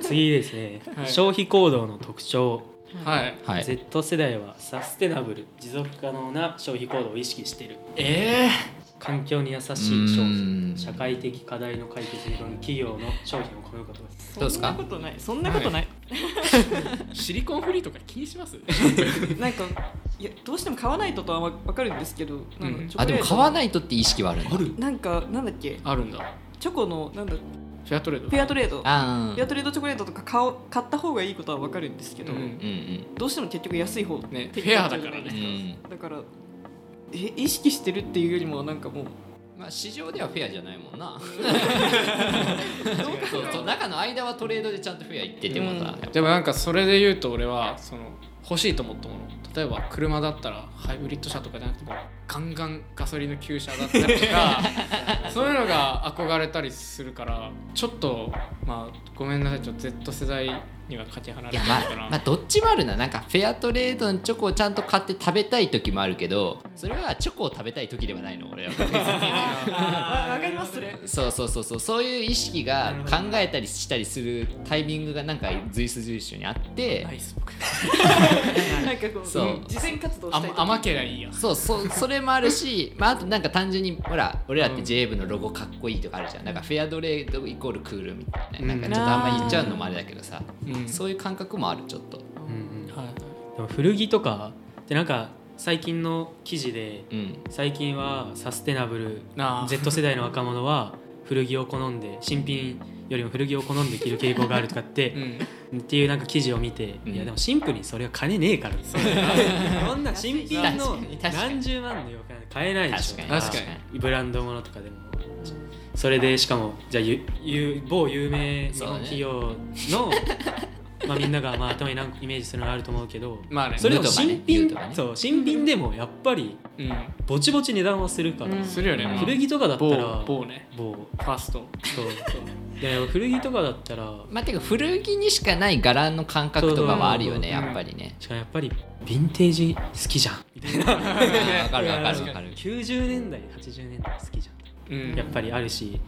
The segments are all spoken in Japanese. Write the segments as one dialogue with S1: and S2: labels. S1: 次ですね、
S2: はい
S1: 消費行動の特徴、
S2: はい
S3: はい。
S1: Z 世代はサステナブル持続可能な消費行動を意識している
S2: え
S1: 環境に優しい商
S3: う
S1: 品
S3: ん
S1: 社会的課題の解決に取る企業の商品を好むことです
S3: どうですか
S4: そんなことないそんなことない、
S2: ー、シリコンフリーとか気にします
S4: なんかいやどうしても買わないととはわわかるんですけどなん
S2: うん
S4: かチョコレート
S3: あでも買わないとって意識はあるんだ。
S2: る
S4: なんかなんだっけ
S2: あるんだ
S4: チョコのなんだフ
S2: フェアトレード
S4: ェアトレードフ
S3: ああ。
S4: ェアトレードチョコレートとか買お買った方がいいことはわかるんですけど、
S2: うん
S3: うんうん。
S4: どうしても結局安い方
S2: ね
S4: 手に取っちゃ
S2: フェア
S4: うじゃ
S2: だからね
S4: ないです
S3: うん。
S4: だからえ意識してるっていうよりもなんかもう
S3: まあ市場ではフェアじゃないもんな。
S2: どうか
S3: そうそう中の間はトレードでちゃんとフェア行っててもさ。
S2: でもなんかそれで言うと俺はその欲しいと思ったもの例えば車だったらハイブリッド車とかじゃなくてもうガンガンガソリンの旧車だったりとかそういうのが憧れたりするからちょっとまあごめんなさいちょっと Z 世代にはかけ離れ
S3: い
S2: て
S3: や
S2: るか
S3: ま
S2: な、
S3: あ、まあどっちもあるななんかフェアトレードのチョコをちゃんと買って食べたい時もあるけどそれはチョコを食べたい時ではないの俺 は
S4: あわかりますそれ
S3: そうそうそうそうそういう意識が考えたりしたりするタイミングがなんか随所随所にあって
S2: ナイス僕
S4: なんかこう
S3: そう
S4: 慈善活動した
S2: 甘
S4: いとか
S2: 甘けりゃいいや
S3: そうそう それもあるし、まあ、あとなんか単純にほら俺らって j ブのロゴかっこいいとかあるじゃんなんかフェアトレードイコールクールみたいななんかちょっとあんま言っちゃうのもあれだけどさ、
S2: うん
S3: そういう感覚もあるちょっと。
S1: うんうん
S2: はい
S1: でも古着とかってなんか最近の記事で
S3: うん
S1: 最近はサステナブル
S2: なあ
S1: Z 世代の若者は古着を好んで新品よりも古着を好んで着る傾向があるとか って、
S2: うん
S1: っていうなんか記事を見て、
S3: うん
S1: いやでもシンプルにそれは金ねえからですよそんな新品の
S3: 確かに確かに
S1: 何十万の洋服なんか買えないでしょ
S3: 確
S2: かに確
S1: ブランドものとかでもそれでしかもじゃあゆゆ某有名日本企業の、 まあみんながまあ頭になんかイメージするのがあると思うけど、
S2: まあね
S1: それでも
S3: ヌートバーね
S1: 新品、
S3: ヌートバーね
S1: そう新品でもやっぱり
S2: うん
S1: ぼちぼち値段はするから、
S4: うん
S2: するよね、まあ、
S1: 古着とかだったら
S2: 某某ね
S1: 某
S2: ファースト
S1: そうで古着とかだったら
S3: まあ、てか古着にしかない柄の感覚とかはあるよ
S2: そう
S3: ね
S2: そうそう
S3: やっぱりね。
S1: しかもやっぱりヴィンテージ好きじゃんみたいな
S3: わかるわかるわかる。
S1: 90年代80年代好きじゃ
S2: うん
S1: んやっぱりあるし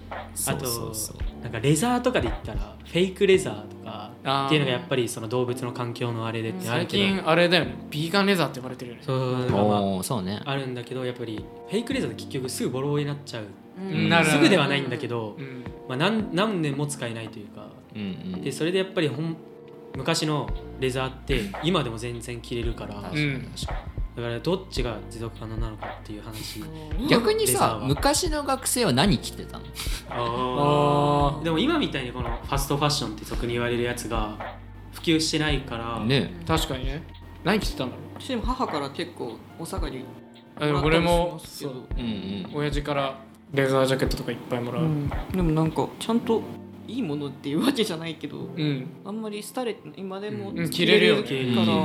S1: あと
S3: そうそうそう
S1: なんかレザーとかで言ったらフェイクレザーとか
S2: あー
S1: っていうのがやっぱりその動物の環境のあれでってある
S2: 最
S1: けど
S2: 近あれだよねビーガンレザーって呼ばれてるよね
S1: そうまあま
S3: おーそうね。
S1: ああるんだけどやっぱりフェイクレザーって結局すぐボロになっちゃう
S2: うんなる
S1: すぐではないんだけど
S2: う、ん
S1: まあ、何何年も使えないというか
S3: うんうん
S1: でそれでやっぱりほん昔のレザーって今でも全然着れるから
S3: 確
S1: だ
S3: か
S1: か
S3: に確かに
S1: らどっちが持続可能なのかっていう話
S3: 逆に
S1: レザー
S3: さ
S1: は
S3: 昔の学生は何着てたの
S2: あ
S1: でも今みたいにこのファストファッションって俗に言われるやつが普及してないから、
S3: ね
S2: ー確かにね何着てたんだろう
S4: 私でも母から結構お下がり
S2: あでも俺も
S4: そ
S2: そ
S4: う
S2: う
S3: うんうん
S2: 親父からレザージャケットとかいっぱいもらううん、
S4: でもなんかちゃんといいものっていうわけじゃないけどあんまり廃れて今でも
S2: うん着れるよね
S4: 着れるから
S1: うん
S4: や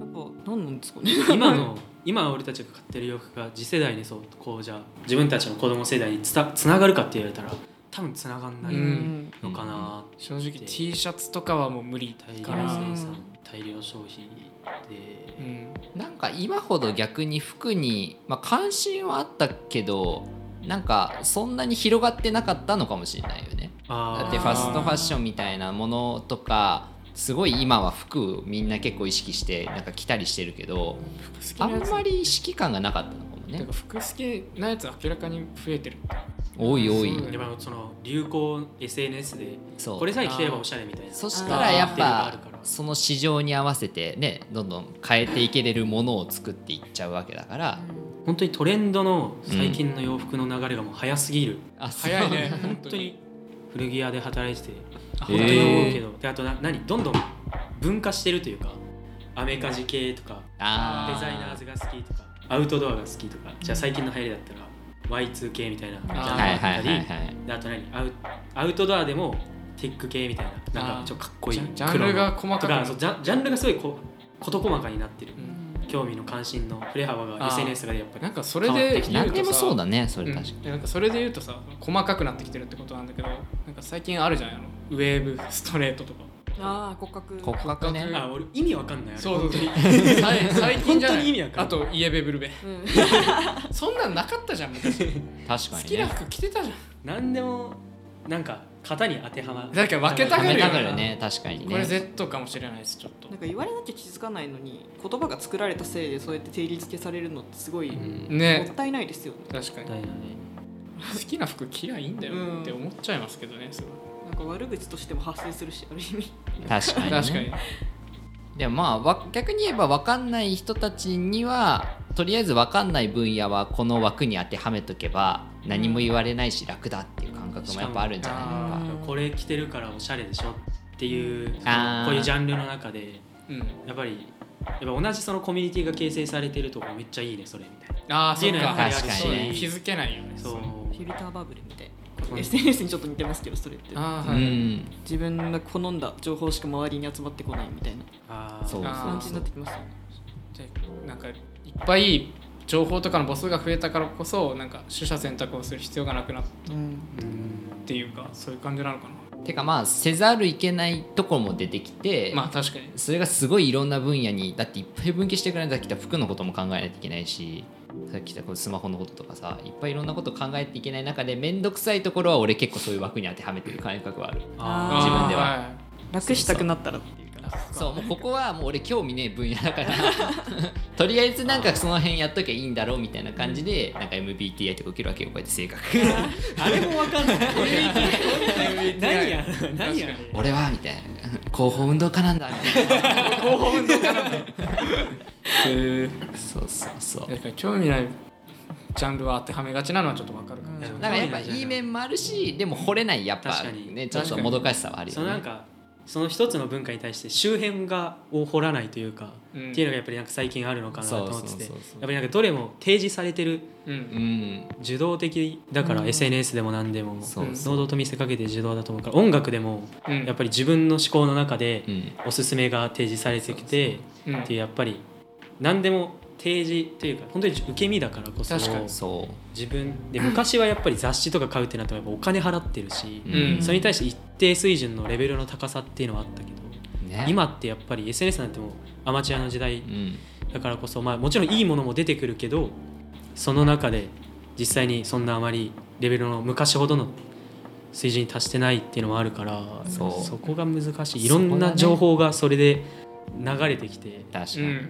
S1: う
S4: っ
S1: ん
S4: ぱ何なんですかね
S1: 今の今俺たちが買ってる洋服が次世代にそうこうじゃあ自分たちの子供世代につたつながるかって言われたら多分つながんない
S2: うん
S4: うん
S1: のかな、
S2: 正直 T シャツとかはもう無理
S1: 大
S2: か
S1: 量
S2: ら、
S1: 生産大量消費で
S2: う、ん、
S3: なんか今ほど逆に服に、まあ、関心はあったけどなんかそんなに広がってなかったのかもしれないよね。
S1: あー
S3: だってファストファッションみたいなものとかすごい今は服みんな結構意識してなんか着たりしてるけど
S2: 服好き
S3: あ
S2: なんやつ
S3: まり意識感がなかったのかも
S2: て
S3: ね
S2: か服好きなやつ明らかに増えてる
S3: 多い多い
S2: そうだよ
S1: やっぱその流行 SNS で
S3: そう
S1: これさえ着ればおしゃれみたいな
S3: そしたらやっ
S1: あーっ
S3: ぱ
S1: ていうのがあるから
S3: その市場に合わせてねどんどん変えていけれるものを作っていっちゃうわけだから
S1: 本当にトレンドの最近の洋服の流れがもう早すぎる、
S3: あ
S2: 早 いね
S3: そ
S2: 本
S3: う
S1: 本当に古着屋で働いてて
S2: あ
S3: へ
S1: 本
S3: ー
S1: 当に思うけど、であとな何どんどん分化してるというかアメカジ系とか
S3: あ
S1: デザイナーズが好きとかアウトドアが好きとかじゃあ最近の流行りだったら Y2 系みたいなジャンル
S2: ー
S3: はいは
S1: だった
S3: いはい
S1: り
S3: はい
S1: であと何アウアウトドアでもティック系みたいななん
S2: あ
S1: か
S2: ー
S1: ちょっとかっこいい
S2: ジャンジャンルが細かく
S1: 黒のとかそうジャンジャンルがすごいこ事細かになってる、
S2: うん
S1: 興味の関心の振れ幅が
S2: あー
S1: SNS がやっぱり
S2: なんかそれで言うと
S3: 何
S2: さ
S3: でもそうだねそ
S2: うん
S3: れ確か
S2: いやなんかそれで言うとさ細かくなってきてるってことなんだけどなんか最近あるじゃんあのウェーブ ストレートとか
S4: ああ骨格
S3: に骨格ね
S1: あ俺意味わかんないあれ
S2: そうそう
S1: 本当に
S2: さい最近じゃな
S1: 本当
S2: い
S1: に意味わかん
S2: あとイエベブルベ
S4: うん
S2: そんなんなかったじゃん昔好
S3: 確かに
S2: きな
S3: ね
S2: 服着てたじゃん
S1: 何でもなんか型に当てはま
S2: だから分けた
S3: は
S2: が
S3: め
S2: るよ
S3: た
S2: な
S3: がるね確かに
S2: これ
S3: ね
S2: Z かもしれないですちょっと
S4: なんか言われなきゃ気づかないのに言葉が作られたせいでそうやって定義付けされるのってすごい、も
S3: ん
S2: ね
S4: ったいないですよね
S2: 確かに
S1: だよね
S2: 好きな服着りゃいいんだよって思っちゃいますけどねすご
S4: なんか悪口としても発生するしある意 味
S3: 確か
S2: い
S3: にね
S2: 確かに
S3: でもまあわ逆に言えば分かんない人たちにはとりあえず分かんない分野はこの枠に当てはめとけば何も言われないし楽だっていう感覚もやっぱあるんじゃない
S2: あ
S3: のか
S2: ー
S1: これ着てるからおしゃれでしょっていう
S3: あー
S1: こういうジャンルの中で
S2: うん
S1: やっぱりやっぱ同じそのコミュニティが形成されてるとこめっちゃいいねそれみたいな
S2: ああそっ
S1: っていうの
S2: か
S1: はや
S3: っぱりあるし
S2: そうね気づけないよね
S1: そう
S2: れ
S4: フィルターバブルみたい
S1: うん
S4: な SNS にちょっと似てますけどそれって
S2: ああ
S3: う
S2: はい、
S3: ん
S4: 自分が好んだ情報しか周りに集まってこないみたいな
S1: あー
S3: そう
S2: あー
S4: 感じになってきますよね
S2: でなんかいっぱい情報とかの母数が増えたからこそなんか取捨選択をする必要がなくなっ
S4: うん
S1: うん
S2: ていうかそういう感じなのかな
S3: てかまあせざるいけないとこも出てきて、
S2: まあ確かに
S3: それがすごいいろんな分野にだっていっぱい分岐してくれないときた服のことも考えないといけないしさっき言ったこうスマホのこととかさいっぱいいろんなこと考えていけない中で面倒くさいところは俺結構そういう枠に当てはめてる感覚はある
S1: あー
S3: 自分では
S2: は
S4: 楽したくなったらっていうか
S3: そうもうここはもう俺興味ねえ分野だから とりあえずなんかその辺やっときゃいいんだろうみたいな感じでなんか MBTI とか受けるわけよこうやって性格
S1: あれもわかんない
S2: い
S1: 何や何や
S2: 確かに
S3: 俺はみたいな広報運動家な んだみたいな
S2: 広報運動家なんだへえ
S3: そうそうそう
S2: 確かに興味ないジャンルは当てはめがちなのはちょっとわかるかも、
S4: うん
S3: なんかやっぱいい面もあるしでも惚れないやっぱ
S1: 確かに
S3: ねちょっともどかしさはあるよ
S1: そ
S3: ね
S1: のなんかその一つの文化に対して周辺がを掘らないというか、
S2: うん
S1: っていうのがやっぱりなんか最近あるのかなと
S3: そう
S1: 思
S3: そ
S1: っ
S3: う
S1: ててや
S3: そう
S1: っ
S3: そう
S1: ぱりなんかどれも提示されてる
S2: う
S3: うんん
S1: 受動的だから
S4: うん
S1: SNS でも何でも
S3: そう
S1: 能動と見せかけて受動だと思うから音楽でも
S2: うん
S1: やっぱり自分の思考の中で
S3: うん
S1: おすすめが提示されてきて
S2: うん
S1: っていうやっぱり何でも提示というか本当に受け身だからこそ
S2: 確かに
S3: そ
S1: 自分で昔はやっぱり雑誌とか買うってなったらやっぱお金払ってるし
S3: う、
S2: うん
S1: それに対して一定水準のレベルの高さっていうのはあったけど
S3: ね
S1: 今ってやっぱり SNS なんてもうアマチュアの時代
S3: うん
S1: だからこそ、まあ、もちろんいいものも出てくるけどその中で実際にそんなあまりレベルの昔ほどの水準に達してないっていうのもあるから
S3: そう
S1: こが難しいい
S3: そ
S1: ろ
S3: こだね
S1: んな情報がそれで流れてきてっ
S3: 確か
S2: う
S3: に
S2: ん
S1: ていう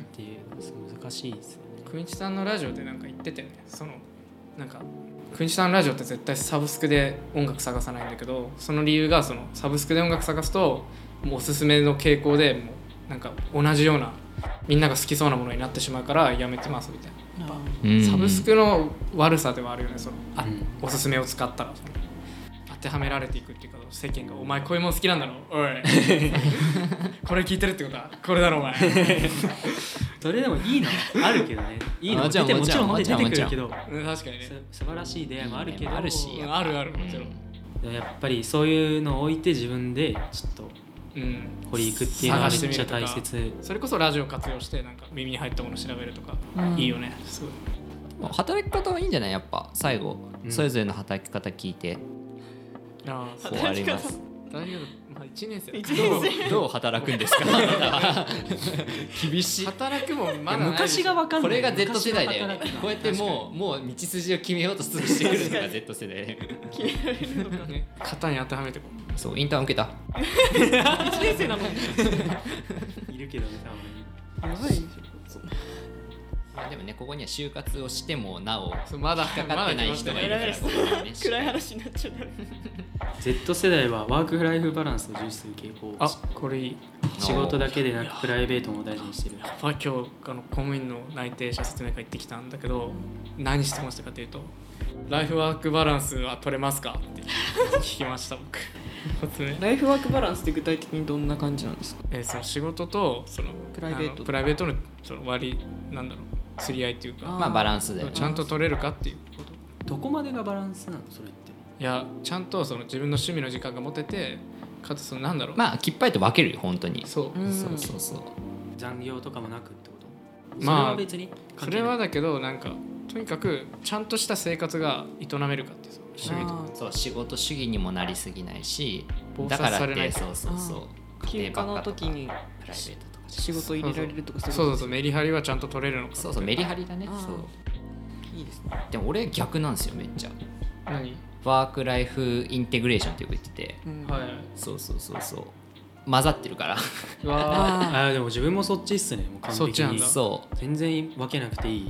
S1: 難しいですよね。
S2: くんいちさんのラジオでなんか言ってたよねそのなんかくんいちさんのラジオって絶対サブスクで音楽探さないんだけどその理由がそのサブスクで音楽探すともうおすすめの傾向でもうなんか同じようなみんなが好きそうなものになってしまうからやめてますみたいな
S3: うん
S2: サブスクの悪さではあるよねそのあ
S1: うん
S2: おすすめを使ったらその当てはめられていくっていうか世間が「お前こういうもん好きなんだろ おいこれ聞いてるってことはこれだろ お前」
S1: どれでもいいのはあるけど ねいいの
S3: あ
S1: も
S3: じゃ
S1: 出
S3: あ
S1: てもちろん
S3: も
S1: 出
S3: ちろ
S1: て
S3: ん
S1: くるけど
S2: うん確かにね
S1: す素晴らしい出会いもあるけ
S3: い
S1: ど
S3: い面もあるし
S2: うんあるあるもちろん
S1: でもやっぱりそういうのを置いて自分でちょっと
S2: うん
S1: 掘りいくっていうのはめっちゃ大
S2: 探してみるとか
S1: 切
S2: それこそラジオ活用してなんか耳に入ったもの調べるとか、
S4: うん
S2: いいよねすごい
S3: 働き方はいいんじゃないやっぱ最後、
S1: うん
S3: それぞれの働き方聞いて
S2: ああ
S3: こうあります
S2: 大丈夫まあ1年生
S4: 一年
S3: どう働くんですか 厳しい
S2: 働くもんまだないでし
S1: 昔
S2: ょ
S1: が分かん
S3: こ
S1: ない
S3: れが Z 世代だよね
S1: 昔の働き
S3: こうやってもうもう道筋を決めようとしてくるのが Z 世代 だよね
S2: ね型に当てはめてこ
S3: そうインターン受けた
S4: 1年生なのに
S1: いるけどねたま
S4: やばい
S3: まあでもねここには就活をしてもなお
S2: うそうまだ
S3: かかってない人がいるからここにはね
S4: 暗い 話になっちゃう
S1: に Z 世代はワーク・ライフ・バランスを重視する傾向
S2: あこれいい
S1: 仕事だけでなくプライベートも大事にしてる
S2: やっぱ今日あの公務員の内定者説明会行ってきたんだけど何質問したかというと「ライフワークバランスは取れますか?」って聞きました僕 一発目
S4: ライフワークバランスって具体的にどんな感じなんですか
S2: えーその仕事とその
S4: プライベート
S2: あのプライベートのその割りなんだろう釣り合いっていうか
S3: まあバランスだよね
S2: ちゃんと取れるかっていうこと
S1: どこまでがバランスなのそれって
S2: いやちゃんとその自分の趣味の時間が持ててかつそのなんだろう、
S3: まあきっぱりと分けるよ本当に
S2: そう、
S4: うん
S3: そうそうそう
S1: 残業とかもなくってこと
S2: まあ
S1: それは別に
S2: そ
S1: 関係
S2: れ
S1: ない
S2: はだけどなんかとにかくちゃんとした生活が営めるかっていうその趣味と
S4: あー
S3: そう仕事主義にもなりすぎないし
S2: 暴
S3: だ
S2: 殺
S3: から
S2: さ
S3: っ
S2: れない
S3: てそうそうそ
S4: あ
S3: う
S4: 休暇
S3: ば
S4: の
S3: っかと
S4: 時
S3: か
S4: に
S3: プライベートとかじゃ
S4: 仕事入れられるとか
S2: そうそううそうメリハリはちゃんと取れるのか
S3: そうそうメリハリだね
S4: あー
S3: そう
S4: いいですね
S3: でも俺逆なんですよめっちゃ
S2: 何
S3: ワーク・ライフ・インテグレーションってよく言ってて
S4: うん
S2: はい
S3: そうそうそうそう混ざってるから
S2: うわ
S4: あ
S1: あーでも自分もそっちっすねもう完
S2: そっ
S1: 璧
S2: ちなん
S1: に
S2: だ
S3: そ
S1: 全然分けなくていい、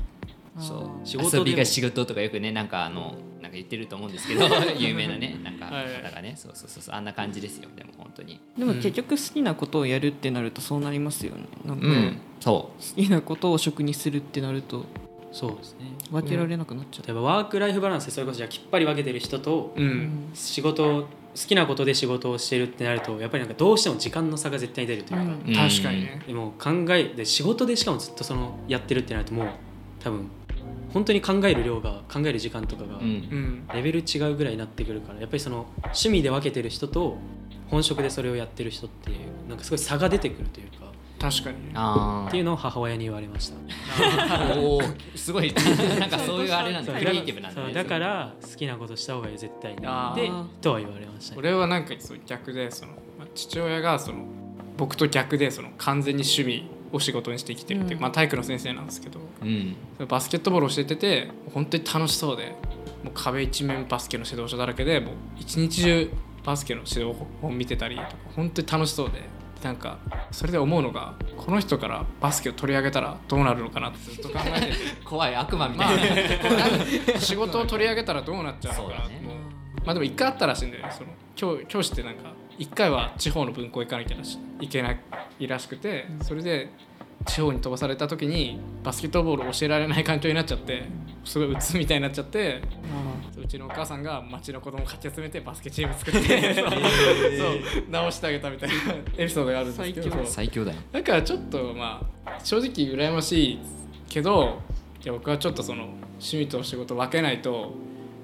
S4: ー
S3: うそう
S1: 仕事で
S3: 遊
S1: も
S3: びが仕事とかよくねなんかあのなんか言ってると思うんですけど 有名なねなんか
S2: はい
S3: 方がねそうそうそうそうあんな感じですよでも本当に
S4: でも結局好きなことをやるってなるとそうなりますよねなんか
S3: うん、そ
S4: 好きなことを職にするってなると
S1: そうですね
S4: 分けられなくなっちゃう、
S1: 例えばワーク・ライフ・バランスでそれこそじゃあきっぱり分けてる人と
S2: ーうん
S1: 仕事を好きなことで仕事をしてるってなるとやっぱりなんかどうしても時間の差が絶対出るというか、
S3: ううん
S2: 確かにね
S1: でも考えで仕事でしかもずっとそのやってるってなるともう多分本当に考える量が考える時間とかが
S3: うん
S2: うん
S1: レベル違うぐらいになってくるからやっぱりその趣味で分けてる人と本職でそれをやってる人っていうなんかすごい差が出てくるというか
S2: 確かにね
S3: ああ
S1: っていうのを母親に言われました
S3: お おすごいなんかそういうあれなん だクリエイティブなんだ
S1: そう
S3: ね
S1: だから好きなことした方がいいよ絶対にで
S2: あ
S4: ー
S1: とは言われましたね
S2: 俺はなんかそう逆でその、まあ、父親がその僕と逆でその完全に趣味を仕事にしてきてるっていう、
S4: うん
S2: まあ、体育の先生なんですけど
S3: うん
S2: バスケットボールを教えてて本当に楽しそうでもう壁一面バスケの指導者だらけでもう一日中バスケの指導本見てたりとか本当に楽しそうでなんかそれで思うのがこの人からバスケを取り上げたらどうなるのかなってずっと考えてて
S3: 怖い悪魔み
S2: ま
S3: たいな、
S2: あ、 仕事を取り上げたらどうなっちゃうのかな
S3: そうだね
S2: もうまあでも一回あったらしいんだよねその教教師ってなんか一回は地方の分校行かなきゃらしいけないらしくてそれで地方に飛ばされた時にバスケットボールを教えられない環境になっちゃってすごい鬱みたいになっちゃってうちのお母さんが町の子供をかき集めてバスケチーム 作ってそうそう直してあげたみたいなエピソードがあるんですけど
S4: 最強
S2: そう
S3: 最強だよ
S2: だからちょっとまあ正直羨ましいけどいや僕はちょっとその趣味と仕事分けないと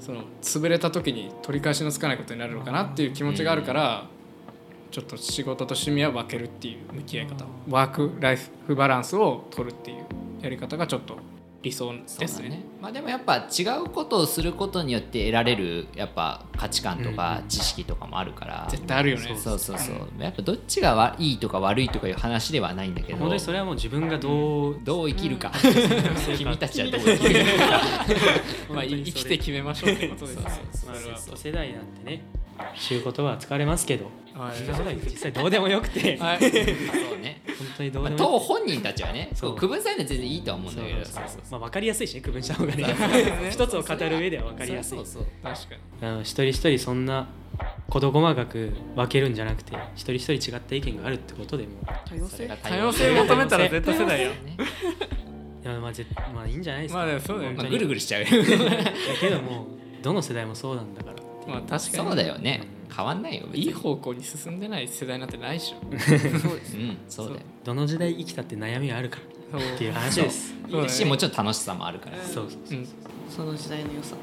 S2: その潰れた時に取り返しのつかないことになるのかなっていう気持ちがあるから、ちょっと仕事と趣味は分けるっていう向き合い方、ワーク・ライフ・バランスを取るっていうやり方がちょっと理想
S3: そう
S2: で
S3: だ
S2: す
S3: ね
S2: ね。
S3: まあ、でもやっぱ違うことをすることによって得られるやっぱ価値観とか知識とかもあるから、
S2: 絶対あるよね。
S3: そうそうそう、やっぱどっちがわいいとか悪いとかいう話ではないんだけど
S1: 本当にそれはもう自分がどう
S3: どう生きるか、 君たちはどう生きるか
S2: まあ生きて決めましょうってことですね。
S1: まあ Z 世代なんてね知ることは疲れますけど
S2: はい
S1: そんなことは実際どうでもよくて本
S2: はい
S3: そうね
S1: 当にどうでもよくて
S3: 当本人たちはね
S1: そう
S3: こう区分されるの全然いいとは思うん
S1: そ
S3: だ
S1: う
S3: けど
S1: そうそうまあ分かりやすいしね区分した方がね 一つを語る上では分かりやすい
S3: そうそうそう
S2: 確かに。
S1: あの一人一人そんな事細かく分けるんじゃなくて一人一人違った意見があるってことでも
S4: 多様
S3: それ
S4: 性
S3: が
S2: 多様性を求めたら Z 世代よ。
S3: ね
S1: いやまあぜまあいいんじゃないですか、
S2: まあでもそうだよね
S3: ま
S1: 本
S3: あ、
S1: 当に
S3: ぐるぐるしちゃうよ
S1: だけどもうどの世代もそうなんだから
S2: まあ確かに。
S3: そうだよね変わんないよ別に
S2: いい方向に進んでない世代なんてないでしょ。
S3: うんそうだよ
S1: どの時代生きたって悩みはあるからっていう話です
S2: そうだね
S3: しもちろん楽しさもあるから
S1: そうそうそう
S2: うん
S4: その時代の良さ